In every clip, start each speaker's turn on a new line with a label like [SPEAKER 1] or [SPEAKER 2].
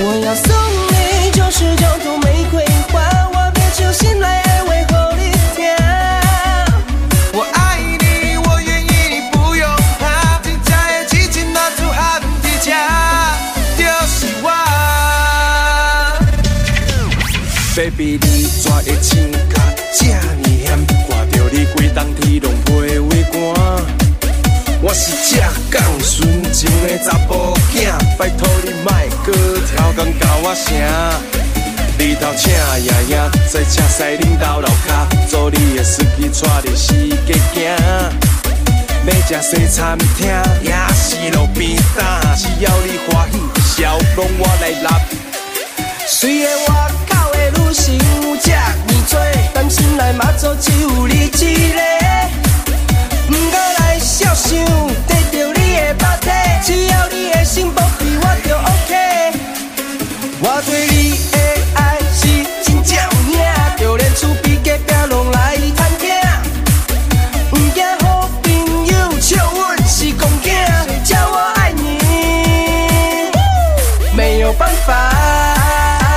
[SPEAKER 1] 我要送你九十九朵玫瑰花，我别求信来安慰后一天。我爱你，我愿意，你不用怕。现在的激情拿出暗地吃，就是我。Baby，你怎会穿甲这呢险？看着你规冬天拢被畏寒。我是浙江纯情的查甫囝，拜托你莫搁超工甲我声。日头请爷爷，再请西恁兜楼骹，做你的司机带你四界行。要食西餐厅，也是路边摊，只要你欢喜，笑拢我来揽。虽然外口的女性有遮尼多，但心内嘛做只有你一个。毋过来少想，得到你的肉体，只要你的心不弃，我就 OK。我对你的爱是真正有影，就连厝边隔壁拢来探听。毋惊好朋友笑阮是公囝，谁叫我爱你，没有办法。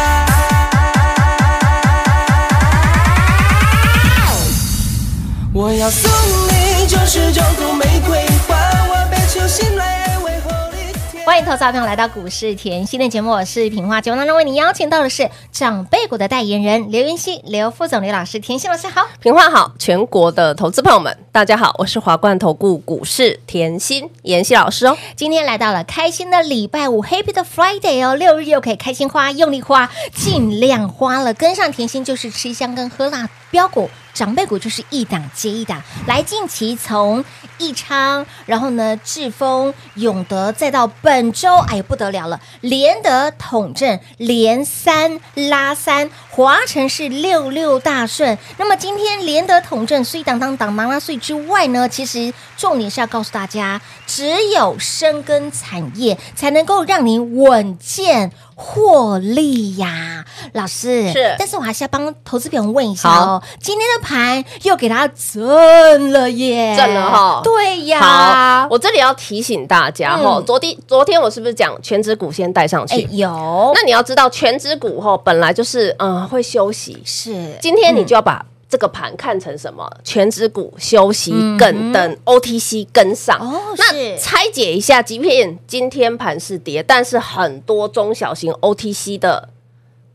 [SPEAKER 1] 我要送你九十九朵玫瑰花，我被求心来安慰后一天。
[SPEAKER 2] 欢迎投资好朋友来到股市甜心的节目，我是平花。节目当中为您邀请到的是长辈股的代言人刘云熙、刘副总、刘老师、甜心老师好。
[SPEAKER 3] 平话好，全国的投资朋友们，大家好，我是华冠投顾股市甜心妍希老师哦。
[SPEAKER 2] 今天来到了开心的礼拜五，Happy 的 Friday 哦，六日又可以开心花、用力花、尽量花了。跟上甜心就是吃香跟喝辣，标股。长辈股就是一档接一档，来近期从益昌，然后呢智丰、永德，再到本周，哎呀不得了了，联德、统正连三拉三，华晨是六六大顺。那么今天联德、统正虽当当当当拉碎之外呢，其实重点是要告诉大家，只有深耕产业，才能够让你稳健。获利呀，老师
[SPEAKER 3] 是
[SPEAKER 2] 但是我还是要帮投资朋友问一下哦，今天的盘又给它震了耶，
[SPEAKER 3] 震了哈
[SPEAKER 2] 对
[SPEAKER 3] 好
[SPEAKER 2] 呀，，
[SPEAKER 3] 我这里要提醒大家哈、
[SPEAKER 2] 嗯
[SPEAKER 3] 昨天昨天我是不是讲全指股先带上去？
[SPEAKER 2] 哎有，
[SPEAKER 3] 那你要知道，全指股后本来就是嗯、呃会休息，
[SPEAKER 2] 是
[SPEAKER 3] 今天你就要把这个盘看成什么？全指股休息
[SPEAKER 2] 嗯
[SPEAKER 3] 跟等 OTC 跟上。
[SPEAKER 2] 哦
[SPEAKER 3] 那
[SPEAKER 2] 是
[SPEAKER 3] 拆解一下，即便今天盘是跌，但是很多中小型 OTC 的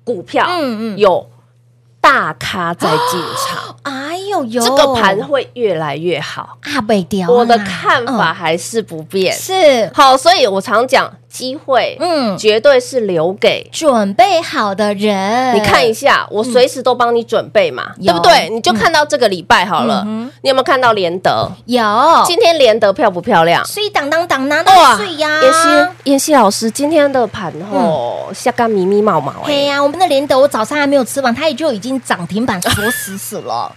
[SPEAKER 3] 股票，
[SPEAKER 2] 嗯嗯
[SPEAKER 3] 有大咖在进场，
[SPEAKER 2] 哎呦呦，
[SPEAKER 3] 这个盘会越来越好。
[SPEAKER 2] 阿北掉啊，
[SPEAKER 3] 我的看法
[SPEAKER 2] 嗯
[SPEAKER 3] 还是不变。
[SPEAKER 2] 是，
[SPEAKER 3] 好，所以我常讲，机会，
[SPEAKER 2] 嗯
[SPEAKER 3] 绝对是留给
[SPEAKER 2] 准备好的人，
[SPEAKER 3] 你看一下，我随时都帮你准备嘛，
[SPEAKER 2] 嗯有
[SPEAKER 3] 对不对？你就看到这个礼拜好了，
[SPEAKER 2] 嗯哦
[SPEAKER 3] 你有没有看到联德？
[SPEAKER 2] 有，
[SPEAKER 3] 今天联德漂不漂亮？
[SPEAKER 2] 所以当当当拿到碎呀，嗯
[SPEAKER 3] 妍希，妍希老师今天的盘哦，下干迷迷毛毛
[SPEAKER 2] 对
[SPEAKER 3] 哎。
[SPEAKER 2] 呀，我们的连德我早上还没有吃完，它也就已经涨停板锁死死了，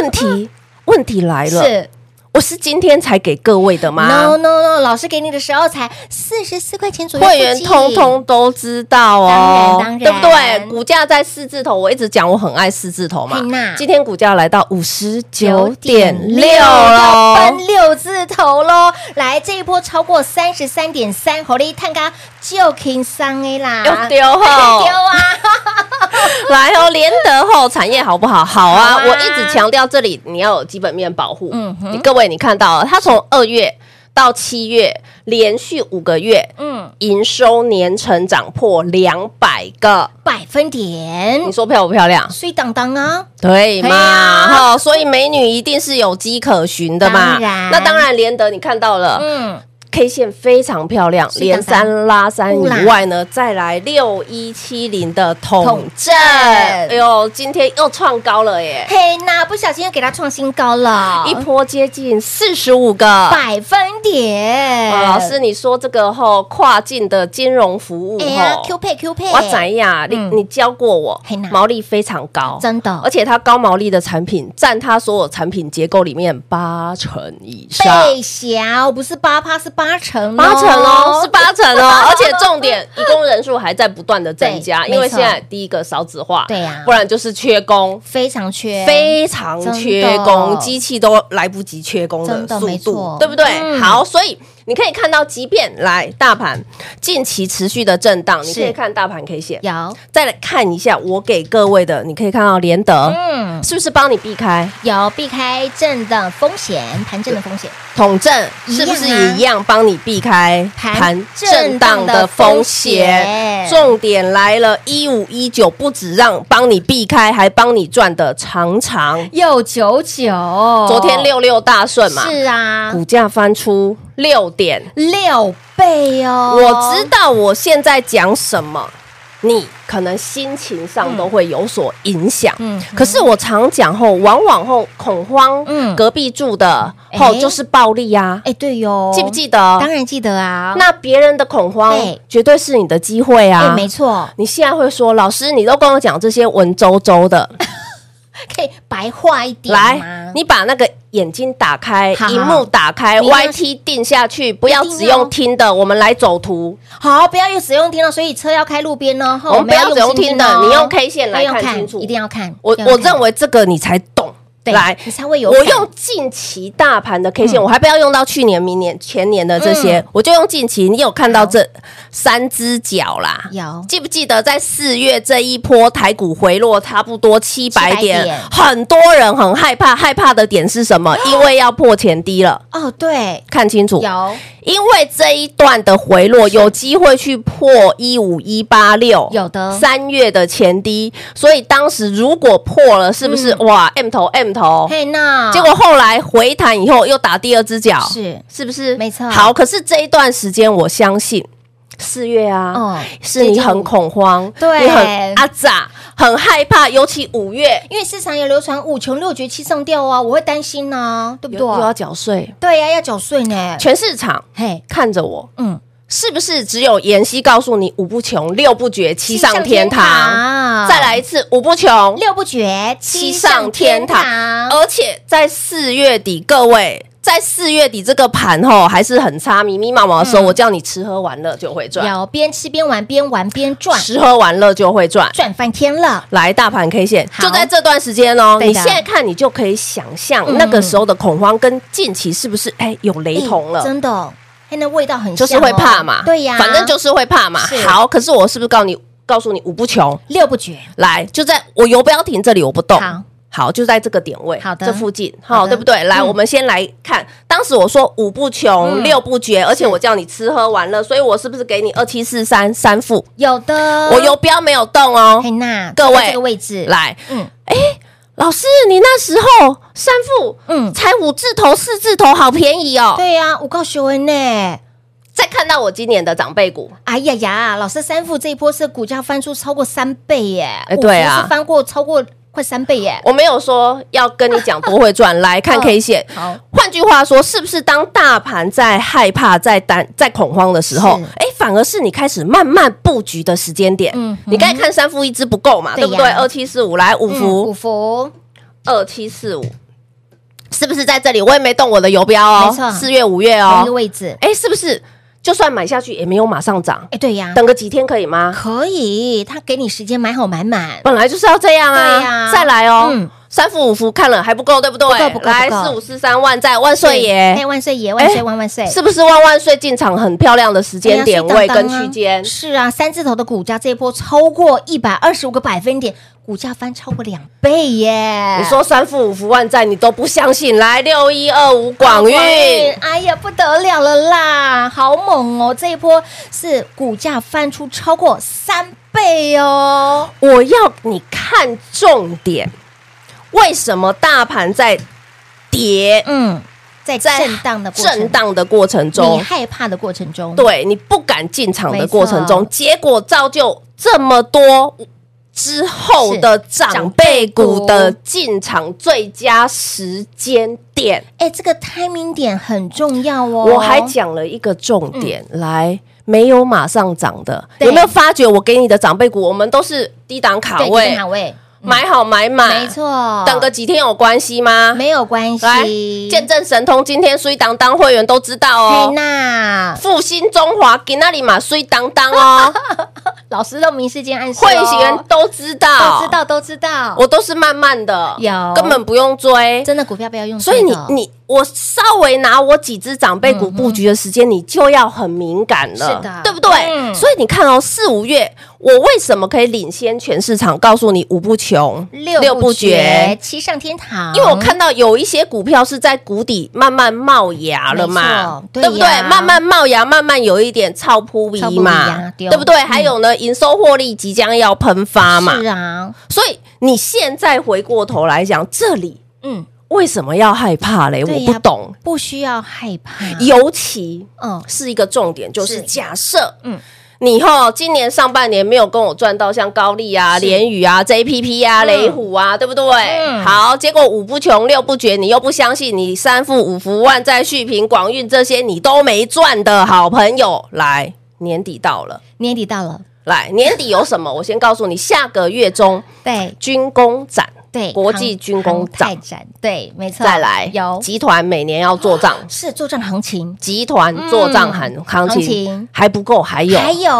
[SPEAKER 3] 问题问题来了，
[SPEAKER 2] 嗯是。
[SPEAKER 3] 我是今天才给各位的
[SPEAKER 2] No
[SPEAKER 3] 吗？
[SPEAKER 2] no no，老师给你的时候才四十四块钱左右附
[SPEAKER 3] 会
[SPEAKER 2] 近，
[SPEAKER 3] 员通通都知道哦，
[SPEAKER 2] 当然当然
[SPEAKER 3] 对不对？股价在四字头，我一直讲我很爱四字头嘛
[SPEAKER 2] 嘿呐。
[SPEAKER 3] 今天股价来到五十九点六喽，
[SPEAKER 2] 奔六字头喽！来这一波超过三十三点三，火力探咖就 King 三 A 啦，
[SPEAKER 3] 又丢吼，
[SPEAKER 2] 丢啊！
[SPEAKER 3] 来哦，联德后产业好不好？好啊，
[SPEAKER 2] 好啊
[SPEAKER 3] 我一直强调这里你要有基本面保护。
[SPEAKER 2] 嗯哼
[SPEAKER 3] 你各位你看到了，它从二月到七月连续五个月，
[SPEAKER 2] 嗯，
[SPEAKER 3] 营收年成长破两百个，
[SPEAKER 2] 百分
[SPEAKER 3] 你
[SPEAKER 2] 点，
[SPEAKER 3] 说漂不漂亮？
[SPEAKER 2] 碎当当啊！
[SPEAKER 3] 对
[SPEAKER 2] 对
[SPEAKER 3] 嘛，
[SPEAKER 2] 啊
[SPEAKER 3] 哈、所以美女一定是有迹可循的嘛。
[SPEAKER 2] 当然
[SPEAKER 3] 那当然，联德你看到了、
[SPEAKER 2] 嗯，
[SPEAKER 3] K 线非常漂亮，
[SPEAKER 2] 是的
[SPEAKER 3] 连三拉三
[SPEAKER 2] 呼啦
[SPEAKER 3] 以外呢，再来六一七零的
[SPEAKER 2] 统
[SPEAKER 3] 统
[SPEAKER 2] 正
[SPEAKER 3] 正，哎呦，今天又创高了耶，
[SPEAKER 2] 嘿，那不小心又给它创新高了，
[SPEAKER 3] 一波接近四十五个。
[SPEAKER 2] 百分点。
[SPEAKER 3] 哦老师，你说这个吼跨境的金融服务
[SPEAKER 2] 哎呀，Q
[SPEAKER 3] 吼，
[SPEAKER 2] 配 Q 配，
[SPEAKER 3] 我怎呀？你
[SPEAKER 2] 嗯
[SPEAKER 3] 你教过我
[SPEAKER 2] 嘿呐，
[SPEAKER 3] 毛利非常高，
[SPEAKER 2] 真的
[SPEAKER 3] 而且它高毛利的产品占它所有产品结构里面八成以上，
[SPEAKER 2] 被小不是八趴，是八成哦，
[SPEAKER 3] 八成哦，是八成 哦，而且重点，移工人数还在不断的增加，
[SPEAKER 2] 对
[SPEAKER 3] 因为
[SPEAKER 2] 没错
[SPEAKER 3] 现在第一个少子化，
[SPEAKER 2] 对呀
[SPEAKER 3] 不然就是缺工。
[SPEAKER 2] 非常缺，
[SPEAKER 3] 非常缺
[SPEAKER 2] 真
[SPEAKER 3] 工，
[SPEAKER 2] 的
[SPEAKER 3] 机器都来不及缺工
[SPEAKER 2] 真
[SPEAKER 3] 的
[SPEAKER 2] 的
[SPEAKER 3] 速
[SPEAKER 2] 没错
[SPEAKER 3] 度，对不对？
[SPEAKER 2] 嗯
[SPEAKER 3] 好，所以你可以看到，即便来大盘近期持续的震荡，你
[SPEAKER 2] 是
[SPEAKER 3] 可以看大盘 K 线，
[SPEAKER 2] 有，
[SPEAKER 3] 再来看一下我给各位的，你可以看到联德
[SPEAKER 2] 嗯，
[SPEAKER 3] 是不是帮你避开
[SPEAKER 2] 有避开震的风险，盘震的风险，
[SPEAKER 3] 统正，
[SPEAKER 2] 一
[SPEAKER 3] 是
[SPEAKER 2] 样啊
[SPEAKER 3] 不是也一样帮你避开
[SPEAKER 2] 盘
[SPEAKER 3] 盘
[SPEAKER 2] 震
[SPEAKER 3] 震
[SPEAKER 2] 荡
[SPEAKER 3] 荡
[SPEAKER 2] 的
[SPEAKER 3] 的
[SPEAKER 2] 风
[SPEAKER 3] 风
[SPEAKER 2] 险
[SPEAKER 3] 险？重点来了，一五一九不止让帮你避开，还帮你赚的长长。
[SPEAKER 2] 又九九，
[SPEAKER 3] 昨天六六大顺嘛，
[SPEAKER 2] 哦是啊，
[SPEAKER 3] 股价翻出六点。
[SPEAKER 2] 六倍哦，
[SPEAKER 3] 我知道我现在讲什么，你可能心情上都会有所影响。
[SPEAKER 2] 嗯
[SPEAKER 3] 嗯，可是我常讲后，往往后恐慌，
[SPEAKER 2] 嗯
[SPEAKER 3] 隔壁住的
[SPEAKER 2] 哎
[SPEAKER 3] 后就是暴利呀、
[SPEAKER 2] 哎，对哟，
[SPEAKER 3] 记不？记得？
[SPEAKER 2] 当然记得啊，
[SPEAKER 3] 那别人的恐慌
[SPEAKER 2] 对
[SPEAKER 3] 绝对是你的机会啊！
[SPEAKER 2] 哎，没错，
[SPEAKER 3] 你现在会说，老师，你都跟我讲这些文绉 绉的，
[SPEAKER 2] 可以白话一点
[SPEAKER 3] 来
[SPEAKER 2] 吗，
[SPEAKER 3] 你把那个眼睛打开
[SPEAKER 2] 好好，
[SPEAKER 3] 荧幕打开
[SPEAKER 2] 你要
[SPEAKER 3] ，YT 定下去，不要
[SPEAKER 2] 一定哦
[SPEAKER 3] 只用听的，我们来走图，
[SPEAKER 2] 好，不要用使用听了，所以车要开路边哦，吼
[SPEAKER 3] 我们不要只用
[SPEAKER 2] 心
[SPEAKER 3] 听的，
[SPEAKER 2] 哦
[SPEAKER 3] 你用 K 线来
[SPEAKER 2] 要
[SPEAKER 3] 看清楚
[SPEAKER 2] 一。定要看。
[SPEAKER 3] 我
[SPEAKER 2] 一定要
[SPEAKER 3] 我
[SPEAKER 2] 看
[SPEAKER 3] 认为这个你才懂，
[SPEAKER 2] 对
[SPEAKER 3] 来，
[SPEAKER 2] 你才会有
[SPEAKER 3] 我
[SPEAKER 2] 感嗯
[SPEAKER 3] 用近期大盘的 K 线，我还不要用到去年、明年、前年的这些，我就用近期。你有看到这三只脚啦？
[SPEAKER 2] 有
[SPEAKER 3] 记不记得在四月这一波台股回落差不多七百
[SPEAKER 2] 700点啊
[SPEAKER 3] 点，很多人很害怕，害怕的点是什么？因为要破前低了。
[SPEAKER 2] 哦，对，
[SPEAKER 3] 看清楚，
[SPEAKER 2] 有
[SPEAKER 3] 因为这一段的回落有机会去破一五一八六，
[SPEAKER 2] 有的
[SPEAKER 3] 三月的前低，所以当时如果破了，是不是、哇 M 头 M
[SPEAKER 2] 嗯
[SPEAKER 3] 头？
[SPEAKER 2] 嘿那
[SPEAKER 3] 结果后来回弹以后又打第二只脚，
[SPEAKER 2] 是
[SPEAKER 3] 是不是？
[SPEAKER 2] 没错
[SPEAKER 3] 好，可是这一段时间我相信四月啊，
[SPEAKER 2] 哦
[SPEAKER 3] 是你很恐慌，
[SPEAKER 2] 对
[SPEAKER 3] 你很阿咋，很害怕，尤其五月
[SPEAKER 2] 因为市场有流传五穷六绝七上吊啊，我会担心呐，对不
[SPEAKER 3] 又要
[SPEAKER 2] 对？
[SPEAKER 3] 缴税，
[SPEAKER 2] 对呀，要缴税呢。
[SPEAKER 3] 全市场
[SPEAKER 2] 嘿，
[SPEAKER 3] 看着我，
[SPEAKER 2] 嗯，
[SPEAKER 3] 是不是只有妍希告诉你五不穷，六不绝，七上天堂？再来一次，五不穷，
[SPEAKER 2] 六不绝，
[SPEAKER 3] 七上天堂，而且在四月底，各位。在四月底这个盘吼还是很差，迷迷毛毛
[SPEAKER 2] 嗯
[SPEAKER 3] 的时候，我叫你吃喝玩乐就会赚，
[SPEAKER 2] 有边吃边玩，边玩边赚，
[SPEAKER 3] 吃喝玩乐就会赚。
[SPEAKER 2] 赚翻天了。
[SPEAKER 3] 来，大盘 K 线
[SPEAKER 2] 好
[SPEAKER 3] 就在这段时间哦，
[SPEAKER 2] 对的
[SPEAKER 3] 你现在看你就可以想象
[SPEAKER 2] 嗯
[SPEAKER 3] 那个时候的恐慌跟近期是不是哎有雷同了
[SPEAKER 2] 哎？真的，嘿，那味道很
[SPEAKER 3] 就是
[SPEAKER 2] 像
[SPEAKER 3] 会
[SPEAKER 2] 哦
[SPEAKER 3] 怕嘛，
[SPEAKER 2] 对呀，
[SPEAKER 3] 反正就是会怕嘛
[SPEAKER 2] 是。
[SPEAKER 3] 好，可是我是不是告诉你，告诉你五不穷？
[SPEAKER 2] 六不绝，
[SPEAKER 3] 来，就在我游标停这里，我不动。
[SPEAKER 2] 好，
[SPEAKER 3] 好，就在这个点位，
[SPEAKER 2] 好的
[SPEAKER 3] 这附近，
[SPEAKER 2] 好
[SPEAKER 3] 好，
[SPEAKER 2] 的
[SPEAKER 3] 对不对？来，
[SPEAKER 2] 嗯
[SPEAKER 3] 我们先来看，当时我说五
[SPEAKER 2] 嗯
[SPEAKER 3] 不穷，六不绝，而且我叫你吃喝玩乐，所以我是不是给你二七四三三副？
[SPEAKER 2] 有的，
[SPEAKER 3] 我游标没有动哦
[SPEAKER 2] 呃嘿。娜，
[SPEAKER 3] 各位
[SPEAKER 2] 在这个位置，
[SPEAKER 3] 来，
[SPEAKER 2] 嗯，
[SPEAKER 3] 老师，你那时候三副，
[SPEAKER 2] 嗯
[SPEAKER 3] 嗯，才五字头、四字头，好便宜哦。
[SPEAKER 2] 对呀、我告诉恩呢，
[SPEAKER 3] 再看到我今年的长辈股，
[SPEAKER 2] 哎呀呀，老师三副这一波是股价翻出超过三倍耶，
[SPEAKER 3] 哎对
[SPEAKER 2] 五
[SPEAKER 3] 啊
[SPEAKER 2] 福是翻过超过快三倍耶，
[SPEAKER 3] 我没有说要跟你讲多会赚，来看 K 线。
[SPEAKER 2] 好，
[SPEAKER 3] 换句话说，是不是当大盘在害怕、在担、在恐慌的时候
[SPEAKER 2] 是，
[SPEAKER 3] 哎，反而是你开始慢慢布局的时间点？
[SPEAKER 2] 嗯
[SPEAKER 3] 嗯
[SPEAKER 2] 哼，
[SPEAKER 3] 你刚才看三副一只不够嘛，
[SPEAKER 2] 对呀
[SPEAKER 3] 对不对？二七四五来五
[SPEAKER 2] 嗯五
[SPEAKER 3] 幅，
[SPEAKER 2] 福
[SPEAKER 3] 二七四五，是不是在这里？我也没动我的游标
[SPEAKER 2] 没错
[SPEAKER 3] 哦，四月、五月
[SPEAKER 2] 同一个
[SPEAKER 3] 哦，
[SPEAKER 2] 位置，
[SPEAKER 3] 哎，是不是？就算买下去也没有马上涨，
[SPEAKER 2] 哎，对呀、
[SPEAKER 3] 等个几天可以吗？
[SPEAKER 2] 可以，他给你时间买好买满，
[SPEAKER 3] 本来就是要这样啊，
[SPEAKER 2] 对呀
[SPEAKER 3] 再来哦，
[SPEAKER 2] 嗯
[SPEAKER 3] 三幅五幅看了还不够，对不对？
[SPEAKER 2] 不够不够
[SPEAKER 3] 来
[SPEAKER 2] 不够
[SPEAKER 3] 四五四三万在万岁
[SPEAKER 2] 嘿，
[SPEAKER 3] 爷，
[SPEAKER 2] 万岁爷，万岁
[SPEAKER 3] 哎
[SPEAKER 2] 万万岁，
[SPEAKER 3] 是不是万万岁进场很漂亮的时间点
[SPEAKER 2] 哎呀
[SPEAKER 3] 位
[SPEAKER 2] 所以当
[SPEAKER 3] 跟
[SPEAKER 2] 当啊
[SPEAKER 3] 区间？
[SPEAKER 2] 是啊，三字头的股价这一波超过一百二十五个百分点，股价翻超过两倍耶，
[SPEAKER 3] 你说三幅五幅万在你都不相信，来六一二五广运，
[SPEAKER 2] 哎呀，不得了了啦，好猛哦！这一波是股价翻出超过三倍哦，
[SPEAKER 3] 我要你看重点，为什么大盘在跌？
[SPEAKER 2] 嗯，在
[SPEAKER 3] 在
[SPEAKER 2] 震荡的过程
[SPEAKER 3] 震荡的过程
[SPEAKER 2] 你
[SPEAKER 3] 中，
[SPEAKER 2] 害怕的过程中，，
[SPEAKER 3] 对你不敢进场的过程
[SPEAKER 2] 没
[SPEAKER 3] 中
[SPEAKER 2] 错，
[SPEAKER 3] 结果造就这么多之后的长辈股的进场最佳时间点。
[SPEAKER 2] 哎，这个 timing 点很重要哦。
[SPEAKER 3] 我还讲了一个重点，来。没有马上涨的，
[SPEAKER 2] 嗯对
[SPEAKER 3] 有没有发觉我给你的长辈股，我们都是低档卡
[SPEAKER 2] 对
[SPEAKER 3] 位
[SPEAKER 2] 哪，位？嗯
[SPEAKER 3] 买好买满，
[SPEAKER 2] 没，错，
[SPEAKER 3] 等个几天有关系吗？
[SPEAKER 2] 没有关
[SPEAKER 3] 来
[SPEAKER 2] 系，
[SPEAKER 3] 见证神通，今天虽当当会员都知道
[SPEAKER 2] 嘿
[SPEAKER 3] 哦。
[SPEAKER 2] 娜
[SPEAKER 3] 复兴中华给那里嘛虽当当哦，
[SPEAKER 2] 老师都明示间暗示哦，
[SPEAKER 3] 会员都知道，
[SPEAKER 2] 都知，道，都知道，
[SPEAKER 3] 我都是慢慢的，
[SPEAKER 2] 有
[SPEAKER 3] 根本不用追。
[SPEAKER 2] 真的股票不要用追
[SPEAKER 3] 所
[SPEAKER 2] 的
[SPEAKER 3] 以
[SPEAKER 2] 哦，
[SPEAKER 3] 你你我稍微拿我几只长辈股布局的时间，你就要很敏感了，
[SPEAKER 2] 是的
[SPEAKER 3] 对不对？
[SPEAKER 2] 嗯
[SPEAKER 3] 所以你看哦，四五月我为什么可以领先全市场？告诉你五不穷，
[SPEAKER 2] 六不嗯绝，，七上天堂，
[SPEAKER 3] 因为我看到有一些股票是在谷底慢慢冒芽了嘛
[SPEAKER 2] 没错，对呀
[SPEAKER 3] 对不对？慢慢冒芽，慢慢有一点超扑鼻
[SPEAKER 2] 超扑鼻呀
[SPEAKER 3] 嘛，
[SPEAKER 2] 对哦
[SPEAKER 3] 对不对？
[SPEAKER 2] 嗯
[SPEAKER 3] 还有呢，营收获利即将要喷发嘛
[SPEAKER 2] 是，啊，
[SPEAKER 3] 所以你现在回过头来讲，这里
[SPEAKER 2] 嗯，
[SPEAKER 3] 为什么要害怕嘞？
[SPEAKER 2] 对呀
[SPEAKER 3] 我不懂。
[SPEAKER 2] 不需要害怕，
[SPEAKER 3] 尤其
[SPEAKER 2] 嗯，
[SPEAKER 3] 是一个重点，就是是假设，
[SPEAKER 2] 嗯
[SPEAKER 3] 嗯。你吼，今年上半年没有跟我赚到像高丽啊、
[SPEAKER 2] 是
[SPEAKER 3] 联宇啊、JPP 啊、
[SPEAKER 2] 嗯
[SPEAKER 3] 雷虎啊，对不对？
[SPEAKER 2] 嗯
[SPEAKER 3] 好，结果五不穷六不绝，你又不相信，你三富、五福、万载、续平、广运这些你都没赚的好朋友，来年底到了，
[SPEAKER 2] 年底到了，
[SPEAKER 3] 来年底有什么？我先告诉你，下个月中
[SPEAKER 2] 对
[SPEAKER 3] 军工展，
[SPEAKER 2] 对，
[SPEAKER 3] 国际军工
[SPEAKER 2] 展
[SPEAKER 3] 展，
[SPEAKER 2] 展，对，没错，
[SPEAKER 3] 再来
[SPEAKER 2] 有
[SPEAKER 3] 集团每年要做账，
[SPEAKER 2] 是作战行情，
[SPEAKER 3] 集团做账行行
[SPEAKER 2] 嗯行情
[SPEAKER 3] 情还不够，还有
[SPEAKER 2] 还有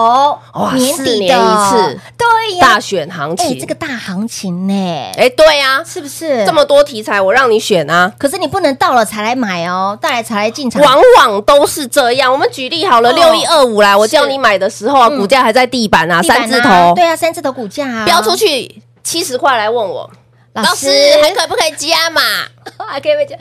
[SPEAKER 3] 哇
[SPEAKER 2] 年
[SPEAKER 3] 四
[SPEAKER 2] 底
[SPEAKER 3] 年一
[SPEAKER 2] 的
[SPEAKER 3] 次，
[SPEAKER 2] 对呀
[SPEAKER 3] 大，选行
[SPEAKER 2] 哎，
[SPEAKER 3] 情，
[SPEAKER 2] 这个大行情呢，
[SPEAKER 3] 哎对呀，
[SPEAKER 2] 是不是
[SPEAKER 3] 这？么多题材我让你选啊，
[SPEAKER 2] 可是你不能到了才来买哦，到来才来进场，
[SPEAKER 3] 往往都是这样。我们举例好了，
[SPEAKER 2] 哦
[SPEAKER 3] 六一二五来，我
[SPEAKER 2] 是
[SPEAKER 3] 叫你买的时候啊，
[SPEAKER 2] 嗯
[SPEAKER 3] 股价还在地板啊，
[SPEAKER 2] 地板啊
[SPEAKER 3] 三字头
[SPEAKER 2] 对啊，三字头股价啊，
[SPEAKER 3] 标出，去七十块来问我，
[SPEAKER 2] 老师
[SPEAKER 3] 还可不可以加嘛？
[SPEAKER 2] 还可以被讲，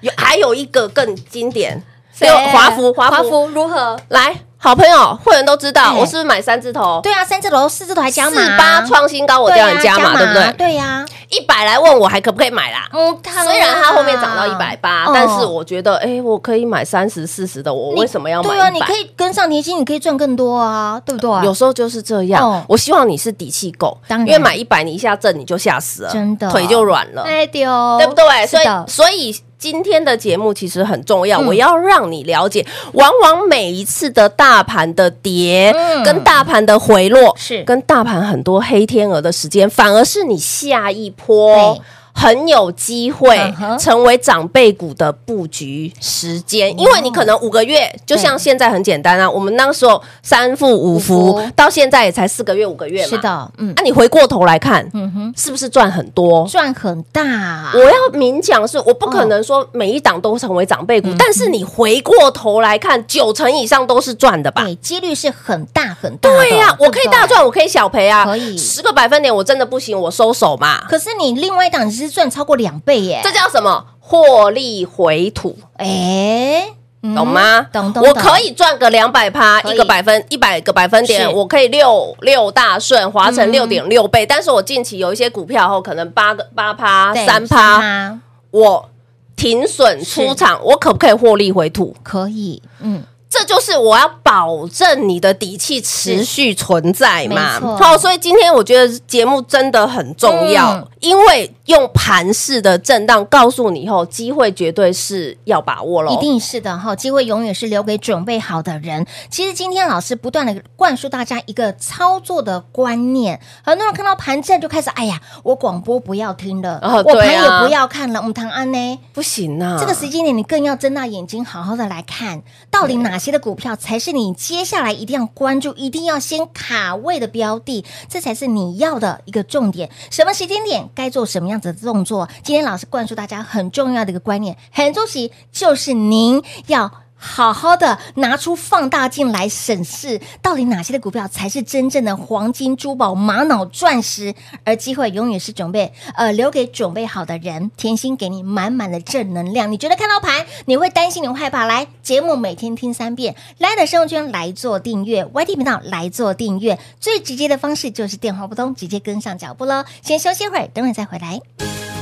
[SPEAKER 3] 有还有一个更经典，
[SPEAKER 2] 谁
[SPEAKER 3] 六华孚，华
[SPEAKER 2] 华
[SPEAKER 3] 孚
[SPEAKER 2] 孚如何？
[SPEAKER 3] 来，好朋友会员都知道，
[SPEAKER 2] 哎
[SPEAKER 3] 我是不是买三字头？
[SPEAKER 2] 对啊，三字头、四字头还加码，
[SPEAKER 3] 四八创新高，我
[SPEAKER 2] 对
[SPEAKER 3] 叫
[SPEAKER 2] 啊
[SPEAKER 3] 你加码，对不对？
[SPEAKER 2] 对呀，
[SPEAKER 3] 一百来问我还可不可以买啦？
[SPEAKER 2] 嗯，
[SPEAKER 3] 虽然它后面涨到一百八
[SPEAKER 2] 哦，
[SPEAKER 3] 但是我觉得，哎，我可以买三十、四十的，我
[SPEAKER 2] 你
[SPEAKER 3] 为什么要买
[SPEAKER 2] 对啊，你
[SPEAKER 3] 一
[SPEAKER 2] 可
[SPEAKER 3] 百？
[SPEAKER 2] 以跟上甜心，你可以赚更多啊，对不对？
[SPEAKER 3] 有时候就是这
[SPEAKER 2] 哦
[SPEAKER 3] 样，我希望你是底气够，
[SPEAKER 2] 当
[SPEAKER 3] 因
[SPEAKER 2] 然
[SPEAKER 3] 为买一百你一下震你就吓死了，
[SPEAKER 2] 真的
[SPEAKER 3] 腿就软了，
[SPEAKER 2] 哎丢，
[SPEAKER 3] 对不对？
[SPEAKER 2] 是
[SPEAKER 3] 所以
[SPEAKER 2] 的，
[SPEAKER 3] 所以今天的节目其实很重要，
[SPEAKER 2] 嗯
[SPEAKER 3] 我要让你了解，往往每一次的大盘的跌
[SPEAKER 2] 嗯
[SPEAKER 3] 跟大盘的回落，
[SPEAKER 2] 是
[SPEAKER 3] 跟大盘很多黑天鹅的时间，反而是你下一波
[SPEAKER 2] 对。
[SPEAKER 3] 很有机会
[SPEAKER 2] 嗯哼哦
[SPEAKER 3] 成为长辈股的布局时间，因为你可能五个月，就像现在很简单啊，我们那时候三副五
[SPEAKER 2] 五
[SPEAKER 3] 福
[SPEAKER 2] 福，
[SPEAKER 3] 到现在也才四个月五个月嘛。啊
[SPEAKER 2] 是，的，嗯
[SPEAKER 3] 那、你回过头来看，
[SPEAKER 2] 嗯哼，
[SPEAKER 3] 是不是赚很多？
[SPEAKER 2] 赚很大，
[SPEAKER 3] 我要明讲是，我不可能说每一档都成为长辈股，
[SPEAKER 2] 嗯
[SPEAKER 3] 但是你回过头来看，九成以上都是赚的吧？
[SPEAKER 2] 对，哎几率是很大很大的，
[SPEAKER 3] 对呀、
[SPEAKER 2] 不
[SPEAKER 3] 我可以大赚，。我可以小赔啊，
[SPEAKER 2] 可以
[SPEAKER 3] 十个百分点我真的不行，我收手嘛，
[SPEAKER 2] 可是你另外一档你是赚超过两倍耶，
[SPEAKER 3] 这叫什么？获利回吐，
[SPEAKER 2] 哎，嗯
[SPEAKER 3] 懂吗？
[SPEAKER 2] 懂懂，
[SPEAKER 3] 我
[SPEAKER 2] 懂
[SPEAKER 3] 可以赚个两百趴，
[SPEAKER 2] 可以
[SPEAKER 3] 一个百分一百个百分点
[SPEAKER 2] 是，
[SPEAKER 3] 我可以六六大顺，华
[SPEAKER 2] 嗯
[SPEAKER 3] 晨六点六倍。但是我近期有一些股票后，可能八个八趴、
[SPEAKER 2] 嗯对
[SPEAKER 3] 三趴，我停损出场，我可不可以获利回吐？
[SPEAKER 2] 可以，嗯，
[SPEAKER 3] 这就是我要保证你的底气持续存在嘛。
[SPEAKER 2] 没错
[SPEAKER 3] 好，所以今天我觉得节目真的很重要，
[SPEAKER 2] 嗯
[SPEAKER 3] 因为用盘式的震荡告诉你以后，机会绝对是要把握喽
[SPEAKER 2] 一。定是的哈，机会永远是留给准备好的人。其实今天老师不断的灌输大家一个操作的观念，很多人看到盘正就开始，哎呀，我广播不要听了，
[SPEAKER 3] 啊
[SPEAKER 2] 我盘
[SPEAKER 3] 对啊
[SPEAKER 2] 也不要看了，我们谈安呢。
[SPEAKER 3] 不行啊，
[SPEAKER 2] 这个时间点，你更要睁大眼睛，好好的来看，到底哪些的股票才是你接下来一定要关注、一定要先卡位的标的，这才是你要的一个重点。什么时间点该做什么样子的动作？今天老师灌输大家很重要的一个观念，很重要，就是您要。好好的拿出放大镜来审视，到底哪些的股票才是真正的黄金、珠宝、玛瑙、钻石？而机会永远是准备，呃，留给准备好的人。甜心给你满满的正能量。你觉得看到盘你会担心，你会害怕？来，节目每天听三遍，来的生活圈来做订阅，YT 频道来做订阅。最直接的方式就是电话不通，直接跟上脚步喽。先休息会儿，等会儿再回来。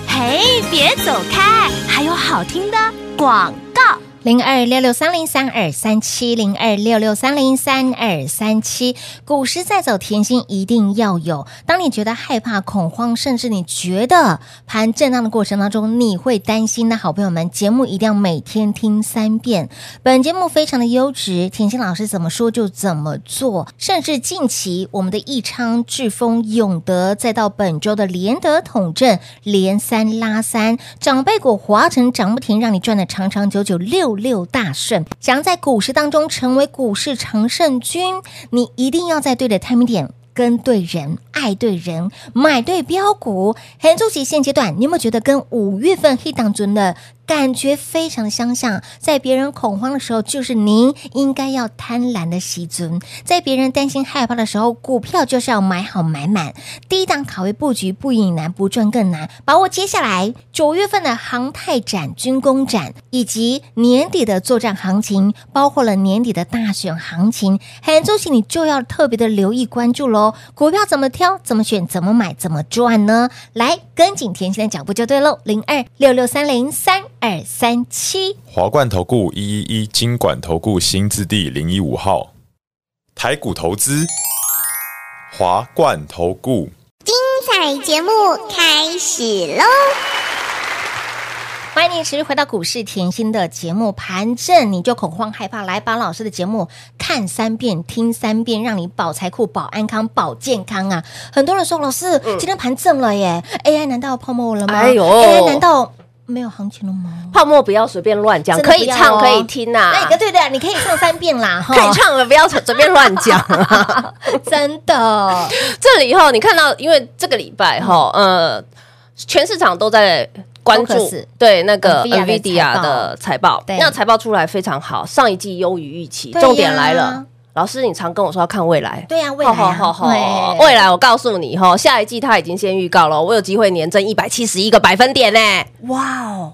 [SPEAKER 4] 嘿，别走开，还有好听的广告。
[SPEAKER 2] 零二六六三零三二三七零二六六三零三二三七。股市在走，甜心一定要有。当你觉得害怕、恐慌，甚至你觉得盘震荡的过程当中，你会担心的好朋友们，节目一定要每天听三遍。本节目非常的优质，甜心老师怎么说就怎么做。甚至近期我们的益昌、智丰、永德，再到本周的联德统正，连三拉三，长辈股华晨涨不停，让你赚的长长久久，六六大顺。想要在股市当中成为股市常胜军，你一定要在对的 timing 点。跟对人，爱对人，买对标股。很主席现阶段，你有没有觉得跟五月份黑档尊的感觉非常的相像？在别人恐慌的时候，就是您应该要贪婪的习尊；在别人担心害怕的时候，股票就是要买好买满。低档卡位布局不赢难，不赚更难。把握接下来九月份的航太展、军工展，以及年底的作战行情，包括了年底的大选行情，很恭喜你就要特别的留意关注喽。股票怎么挑、怎么选、怎么买、怎么赚呢？来跟紧甜心的脚步就对喽。零二六六三零三二三七，
[SPEAKER 5] 华冠投顾一一一金管投顾新字第零一五号，台股投资，华冠投顾。
[SPEAKER 6] 彩节目开始喽！
[SPEAKER 2] 欢迎你持续回到股市甜心的节目盘正，你就恐慌害怕，来把老师的节目看三遍、听三遍，让你保财库、保安康、保健康啊！很多人说，老师今天盘正了耶、a i 难道泡沫了吗？
[SPEAKER 3] 嗯哎呦
[SPEAKER 2] a i 难道没有行情了吗？
[SPEAKER 3] 泡沫不要随便乱讲，
[SPEAKER 2] 真的
[SPEAKER 3] 可以
[SPEAKER 2] 不要
[SPEAKER 3] 唱
[SPEAKER 2] 哦
[SPEAKER 3] 可以听呐、
[SPEAKER 2] 那个对对，你可以唱三遍 啦，哈
[SPEAKER 3] 可以唱了，不要随便乱讲 啊！
[SPEAKER 2] 真的，
[SPEAKER 3] 这里哈，你看到，因为这个礼拜哈，呃，全市场都在关注
[SPEAKER 2] Focus 嗯
[SPEAKER 3] 对那个
[SPEAKER 2] NVIDIA
[SPEAKER 3] NVIDIA 的财报，
[SPEAKER 2] 对
[SPEAKER 3] 那财报出来非常好，上一季优于预期。
[SPEAKER 2] 对呀
[SPEAKER 3] 重点来了，老师，你常跟我说要看未来。
[SPEAKER 2] 对呀、未来、啊，
[SPEAKER 3] 吼吼吼吼
[SPEAKER 2] 对
[SPEAKER 3] 未来我告诉你哈，下一季它已经先预告了，我有机会年增一百七十一个百分点呢。
[SPEAKER 2] 哇哦，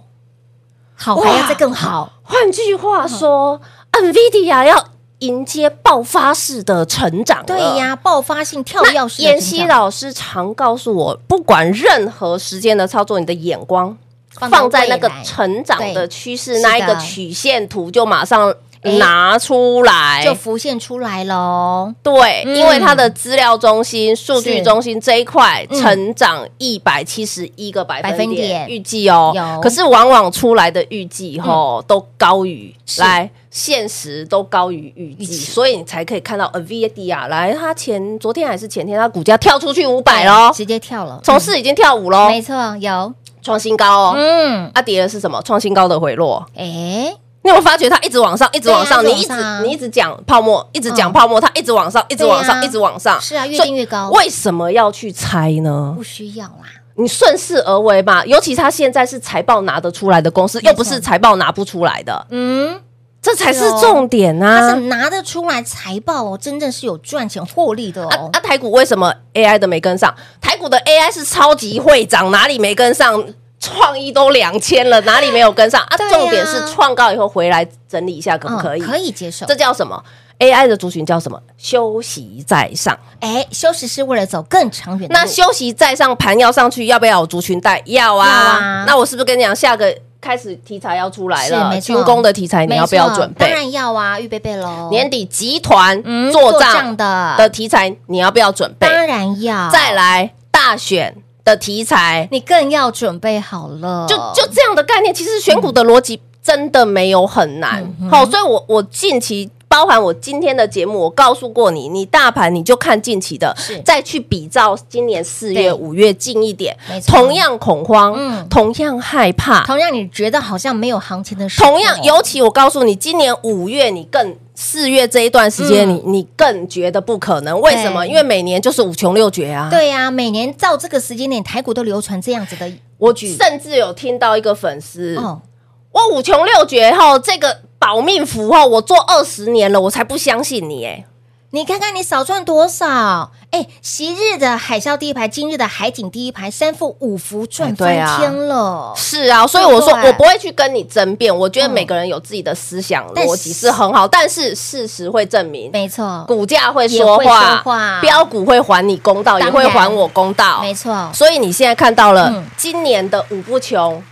[SPEAKER 2] 好还要再更好，
[SPEAKER 3] 换句话说，NVIDIA
[SPEAKER 2] 嗯
[SPEAKER 3] 要迎接爆发式的成长了。
[SPEAKER 2] 对呀、爆发性跳
[SPEAKER 3] 那
[SPEAKER 2] 跃式的
[SPEAKER 3] 妍
[SPEAKER 2] 成
[SPEAKER 3] 希
[SPEAKER 2] 长
[SPEAKER 3] 老师常告诉我，不管任何时间的操作，你的眼光
[SPEAKER 2] 放到
[SPEAKER 3] 放在那个
[SPEAKER 2] 未来
[SPEAKER 3] 成长的趋
[SPEAKER 2] 对
[SPEAKER 3] 势那一
[SPEAKER 2] 是
[SPEAKER 3] 个
[SPEAKER 2] 的
[SPEAKER 3] 曲线图，就马上
[SPEAKER 2] 哎
[SPEAKER 3] 拿出来。
[SPEAKER 2] 就浮现出来喽。
[SPEAKER 3] 对，
[SPEAKER 2] 嗯
[SPEAKER 3] 因为它的资料中心、数据中心这一块
[SPEAKER 2] 嗯
[SPEAKER 3] 成长一百七十一个百
[SPEAKER 2] 百分
[SPEAKER 3] 分
[SPEAKER 2] 点
[SPEAKER 3] 点，预计哦
[SPEAKER 2] 有。嗯
[SPEAKER 3] 可是往往出来的预计吼都高于
[SPEAKER 2] 是
[SPEAKER 3] 来现实都高于预
[SPEAKER 2] 预
[SPEAKER 3] 计，
[SPEAKER 2] 期
[SPEAKER 3] 所以你才可以看到 NVIDIA 来，它前昨天还是前天，它股价跳出去五百喽，
[SPEAKER 2] 直接跳了，
[SPEAKER 3] 从市已经跳五
[SPEAKER 2] 嗯
[SPEAKER 3] 喽，
[SPEAKER 2] 没错，有，
[SPEAKER 3] 创新高哦。
[SPEAKER 2] 嗯，
[SPEAKER 3] 啊，跌的是什么？创新高的回落。
[SPEAKER 2] 哎，
[SPEAKER 3] 你有没有发觉它一直往上，一直往上？
[SPEAKER 2] 对啊
[SPEAKER 3] 你一直
[SPEAKER 2] 往上啊
[SPEAKER 3] 你一直讲泡沫，一直讲
[SPEAKER 2] 嗯
[SPEAKER 3] 泡沫，它一直往上，一直
[SPEAKER 2] 对
[SPEAKER 3] 往
[SPEAKER 2] 啊
[SPEAKER 3] 上，一直往上。
[SPEAKER 2] 是啊，越
[SPEAKER 3] 所以
[SPEAKER 2] 定越高，
[SPEAKER 3] 为什么要去猜呢
[SPEAKER 2] 不？需要啦，
[SPEAKER 3] 你顺势而为嘛。尤其他现在是财报拿得出来的公司，
[SPEAKER 2] 错
[SPEAKER 3] 又不是财报拿不出来的，
[SPEAKER 2] 嗯，
[SPEAKER 3] 这才
[SPEAKER 2] 是
[SPEAKER 3] 是
[SPEAKER 2] 哦
[SPEAKER 3] 重点
[SPEAKER 2] 它
[SPEAKER 3] 啊！
[SPEAKER 2] 是拿得出来财报哦，真正是有赚钱获利的
[SPEAKER 3] 啊
[SPEAKER 2] 哦
[SPEAKER 3] 啊！，台股为什么 AI 的没跟上？台股的 AI 是超级会涨，哪里没跟上？创意都两千了，哪里没有跟上啊
[SPEAKER 2] 对啊？
[SPEAKER 3] 重点是创高以后回来整理一下，可不
[SPEAKER 2] 嗯
[SPEAKER 3] 啊可以？
[SPEAKER 2] 可以接受
[SPEAKER 3] 这。叫什么？AI 的族群叫什么？休息在上。
[SPEAKER 2] 哎，休息是为了走更长远的路，
[SPEAKER 3] 那休息再上盘要上去，要不要有族群带？要啊。
[SPEAKER 2] 要啊
[SPEAKER 3] 那我是不是跟你讲，下个开始题材要出来
[SPEAKER 2] 是
[SPEAKER 3] 了
[SPEAKER 2] 没，错
[SPEAKER 3] 军工的题材你要不要
[SPEAKER 2] 没错
[SPEAKER 3] 准
[SPEAKER 2] 当
[SPEAKER 3] 备？
[SPEAKER 2] 然要啊，预备备喽。
[SPEAKER 3] 年底集团
[SPEAKER 2] 嗯
[SPEAKER 3] 做
[SPEAKER 2] 做账
[SPEAKER 3] 账
[SPEAKER 2] 的
[SPEAKER 3] 的题材你要不要准备？
[SPEAKER 2] 当然要，
[SPEAKER 3] 再来大选的题材，
[SPEAKER 2] 你更要准备好了，
[SPEAKER 3] 就就这样的概念，其实选股的逻辑真的没有很难。
[SPEAKER 2] 嗯
[SPEAKER 3] 好、所以我我近期。包含我今天的节目，我告诉过你，你大盘你就看近期的
[SPEAKER 2] 是，
[SPEAKER 3] 再去比照今年四
[SPEAKER 2] 对
[SPEAKER 3] 月、五月近一点
[SPEAKER 2] 没，错
[SPEAKER 3] 同样恐慌，
[SPEAKER 2] 嗯
[SPEAKER 3] 同样害怕，
[SPEAKER 2] 同样你觉得好像没有行情的时候，
[SPEAKER 3] 同样，尤其我告诉你，今年五月你更四月这一段时间，
[SPEAKER 2] 嗯
[SPEAKER 3] 你你更觉得不可能，为什么？
[SPEAKER 2] 对
[SPEAKER 3] 因为每年就是五穷六绝啊。
[SPEAKER 2] 对呀、每年到这个时间点，台股都流传这样子的
[SPEAKER 3] 我
[SPEAKER 2] 句
[SPEAKER 3] 甚至有听到一个粉丝，
[SPEAKER 2] 哦，
[SPEAKER 3] 我五穷六绝后，这个保命符后，我做二十年了，我才不相信你哎、
[SPEAKER 2] 你看看你少赚多少？哎，昔日的海啸第一排，今日的海景第一排，三副五福
[SPEAKER 3] 哎
[SPEAKER 2] 赚翻
[SPEAKER 3] 对啊
[SPEAKER 2] 天了。
[SPEAKER 3] 是啊，所以我说
[SPEAKER 2] 对嗯
[SPEAKER 3] 我不会去跟你争辩，我觉得每个人有自己的思想
[SPEAKER 2] 但是
[SPEAKER 3] 逻辑是很好，但是事实会证明，
[SPEAKER 2] 没错，
[SPEAKER 3] 股价会
[SPEAKER 2] 也
[SPEAKER 3] 说
[SPEAKER 2] 会
[SPEAKER 3] 话
[SPEAKER 2] 说，话
[SPEAKER 3] 标股会还你公道，
[SPEAKER 2] 当
[SPEAKER 3] 也
[SPEAKER 2] 然
[SPEAKER 3] 会还我公道，
[SPEAKER 2] 没错，
[SPEAKER 3] 所以你现在看到了
[SPEAKER 2] 嗯
[SPEAKER 3] 今年的五不穷，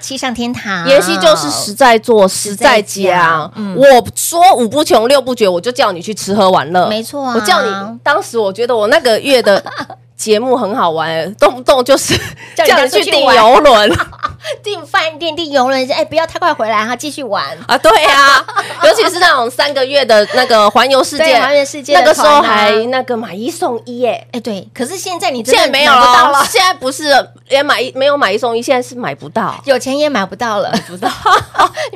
[SPEAKER 2] 七上天堂，
[SPEAKER 3] 妍希就是实在做，实在
[SPEAKER 2] 啊在讲
[SPEAKER 3] 讲。
[SPEAKER 2] 嗯
[SPEAKER 3] 我说五不穷，六不绝，我就叫你去吃喝玩乐，
[SPEAKER 2] 没错啊
[SPEAKER 3] 我叫你，当时我觉得我那个月的节目很 好玩，动不动就是
[SPEAKER 2] 叫人家
[SPEAKER 3] 叫你去
[SPEAKER 2] 出去
[SPEAKER 3] 订
[SPEAKER 2] 玩
[SPEAKER 3] 游轮
[SPEAKER 2] 订饭店、订游轮，哎，不要太快回来哈，继续玩。
[SPEAKER 3] 啊，对啊， 尤其是那种三个月的那个环游世界，
[SPEAKER 2] 对环游世界的
[SPEAKER 3] 那个时候
[SPEAKER 2] 团啊
[SPEAKER 3] 还那个买一送一耶。
[SPEAKER 2] 哎，对，可是现在你真
[SPEAKER 3] 现
[SPEAKER 2] 的
[SPEAKER 3] 在没有
[SPEAKER 2] 买不到
[SPEAKER 3] 了
[SPEAKER 2] 了，，
[SPEAKER 3] 现在不是连买一没有买一送一，现在是买不 到。
[SPEAKER 2] 有钱也买不到了，不 到，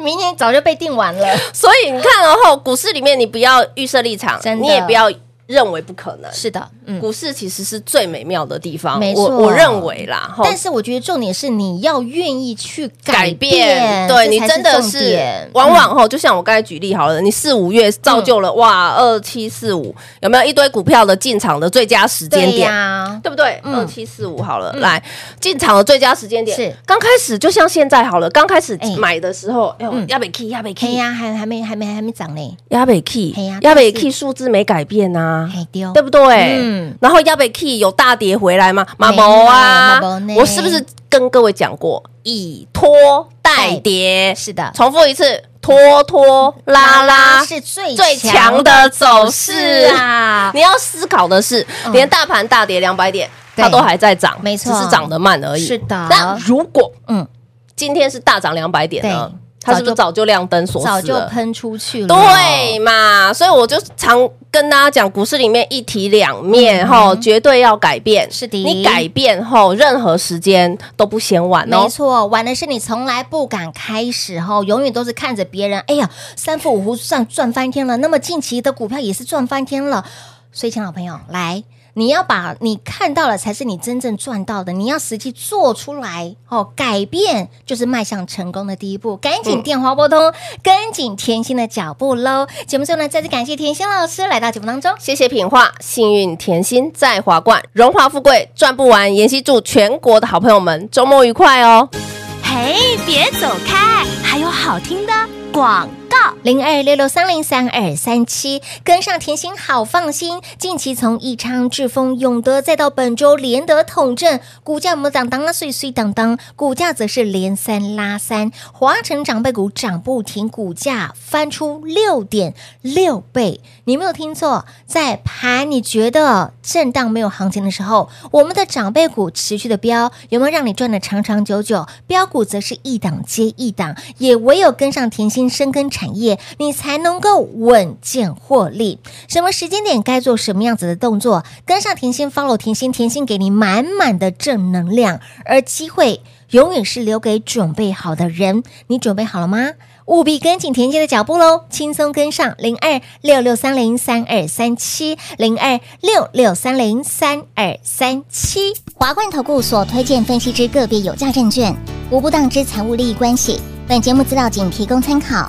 [SPEAKER 2] 明年早就被订完了。
[SPEAKER 3] 所以你看，然后股市里面你不要预设立场
[SPEAKER 2] 真，的
[SPEAKER 3] 你也不要认为不可能。
[SPEAKER 2] 是的，嗯。
[SPEAKER 3] 股市其实是最美妙的地方，
[SPEAKER 2] 没
[SPEAKER 3] 我
[SPEAKER 2] 错
[SPEAKER 3] 我认为啦，吼
[SPEAKER 2] 但是我觉得重点是你要愿意去改
[SPEAKER 3] 改变，
[SPEAKER 2] 变，
[SPEAKER 3] 对
[SPEAKER 2] 这
[SPEAKER 3] 你
[SPEAKER 2] 才
[SPEAKER 3] 真的
[SPEAKER 2] 重
[SPEAKER 3] 是
[SPEAKER 2] 点嗯
[SPEAKER 3] 往往吼，就像我刚才举例好了，你四五月造就了哇二七四五，有没有一堆股票的进场的最佳时间
[SPEAKER 2] 对
[SPEAKER 3] 点？
[SPEAKER 2] 呀，
[SPEAKER 3] 对不对？
[SPEAKER 2] 嗯
[SPEAKER 3] 二七四五好了，来进场的最佳时间点
[SPEAKER 2] 是
[SPEAKER 3] 刚开始，就像现在好了，刚开始
[SPEAKER 2] 哎
[SPEAKER 3] 买的时候，哎呦
[SPEAKER 2] 嗯，
[SPEAKER 3] 亚北 K 亚北
[SPEAKER 2] 嘿
[SPEAKER 3] K
[SPEAKER 2] 呀，还还没还没还没涨呢，
[SPEAKER 3] 亚北 K
[SPEAKER 2] 哎呀
[SPEAKER 3] 亚北
[SPEAKER 2] 但
[SPEAKER 3] K 数字没改变啊，
[SPEAKER 2] 嘿丢，
[SPEAKER 3] 对不对？
[SPEAKER 2] 嗯
[SPEAKER 3] 然后亚北 K 有大跌回来吗？马
[SPEAKER 2] 没有
[SPEAKER 3] 博啊
[SPEAKER 2] 马博呢，
[SPEAKER 3] 我是不是跟各位讲过以拖代跌？
[SPEAKER 2] 是的，
[SPEAKER 3] 重复一次，拖拖拉拉
[SPEAKER 2] 是最
[SPEAKER 3] 最强的走势
[SPEAKER 2] 是！啊，
[SPEAKER 3] 你要思考的是，
[SPEAKER 2] 嗯
[SPEAKER 3] 连大盘大跌两百点，
[SPEAKER 2] 对
[SPEAKER 3] 它都还在涨，
[SPEAKER 2] 没错
[SPEAKER 3] 只是涨得慢而已。
[SPEAKER 2] 是的
[SPEAKER 3] 那如果
[SPEAKER 2] 嗯，
[SPEAKER 3] 今天是大涨两百点呢
[SPEAKER 2] 对？
[SPEAKER 3] 它是不是早就亮灯锁死
[SPEAKER 2] 早
[SPEAKER 3] 了？
[SPEAKER 2] 就喷出去了，
[SPEAKER 3] 对，嘛，所以我就常跟大家讲，股市里面一体两面哈、绝对要改变。
[SPEAKER 2] 嗯是的
[SPEAKER 3] 你改变后，任何时间都不嫌晚哦
[SPEAKER 2] 没。错，玩的是你从来不敢开始吼，永远都是看着别人，哎呀，三富五福赚赚翻天了，那么近期的股票也是赚翻天了，所以，亲爱的朋友，来。你要把你看到了才是你真正赚到的，你要实际做出来哦。改变就是迈向成功的第一步，赶紧电话拨通，跟紧甜心的脚步喽。节目最后呢，再次感谢甜心老师来到节目当中。
[SPEAKER 3] 谢谢品画，幸运甜心在华冠，荣华富贵赚不完。妍希祝全国的好朋友们周末愉快哦。
[SPEAKER 4] 嘿，别走开，还有好听的广告。
[SPEAKER 2] 零二六六三零三二三七，跟上甜心好放心。近期从宜昌、致丰、永德，再到本周联德统正，股价我们当当啊，碎碎当当，股价则是连三拉三。华晨长辈股涨不停，股价翻出六点六倍。你没有听错，在盘你觉得震荡没有行情的时候，我们的长辈股持续的飙，有没有让你赚的长长久久？标股则是一档接一档，也唯有跟上甜心深耕产业，你才能够稳健获利。什么时间点该做什么样子的动作，跟上甜心，follow 甜心，甜心给你满满的正能量，而机会永远是留给准备好的人。你准备好了吗？务必跟紧甜心的脚步喽，轻松跟上零二六六三零三二三七零二六六三零三二三七。
[SPEAKER 6] 华冠投顾所推荐分析之个别有价证券，无不当之财务利益关系。本节目资料仅提供参考，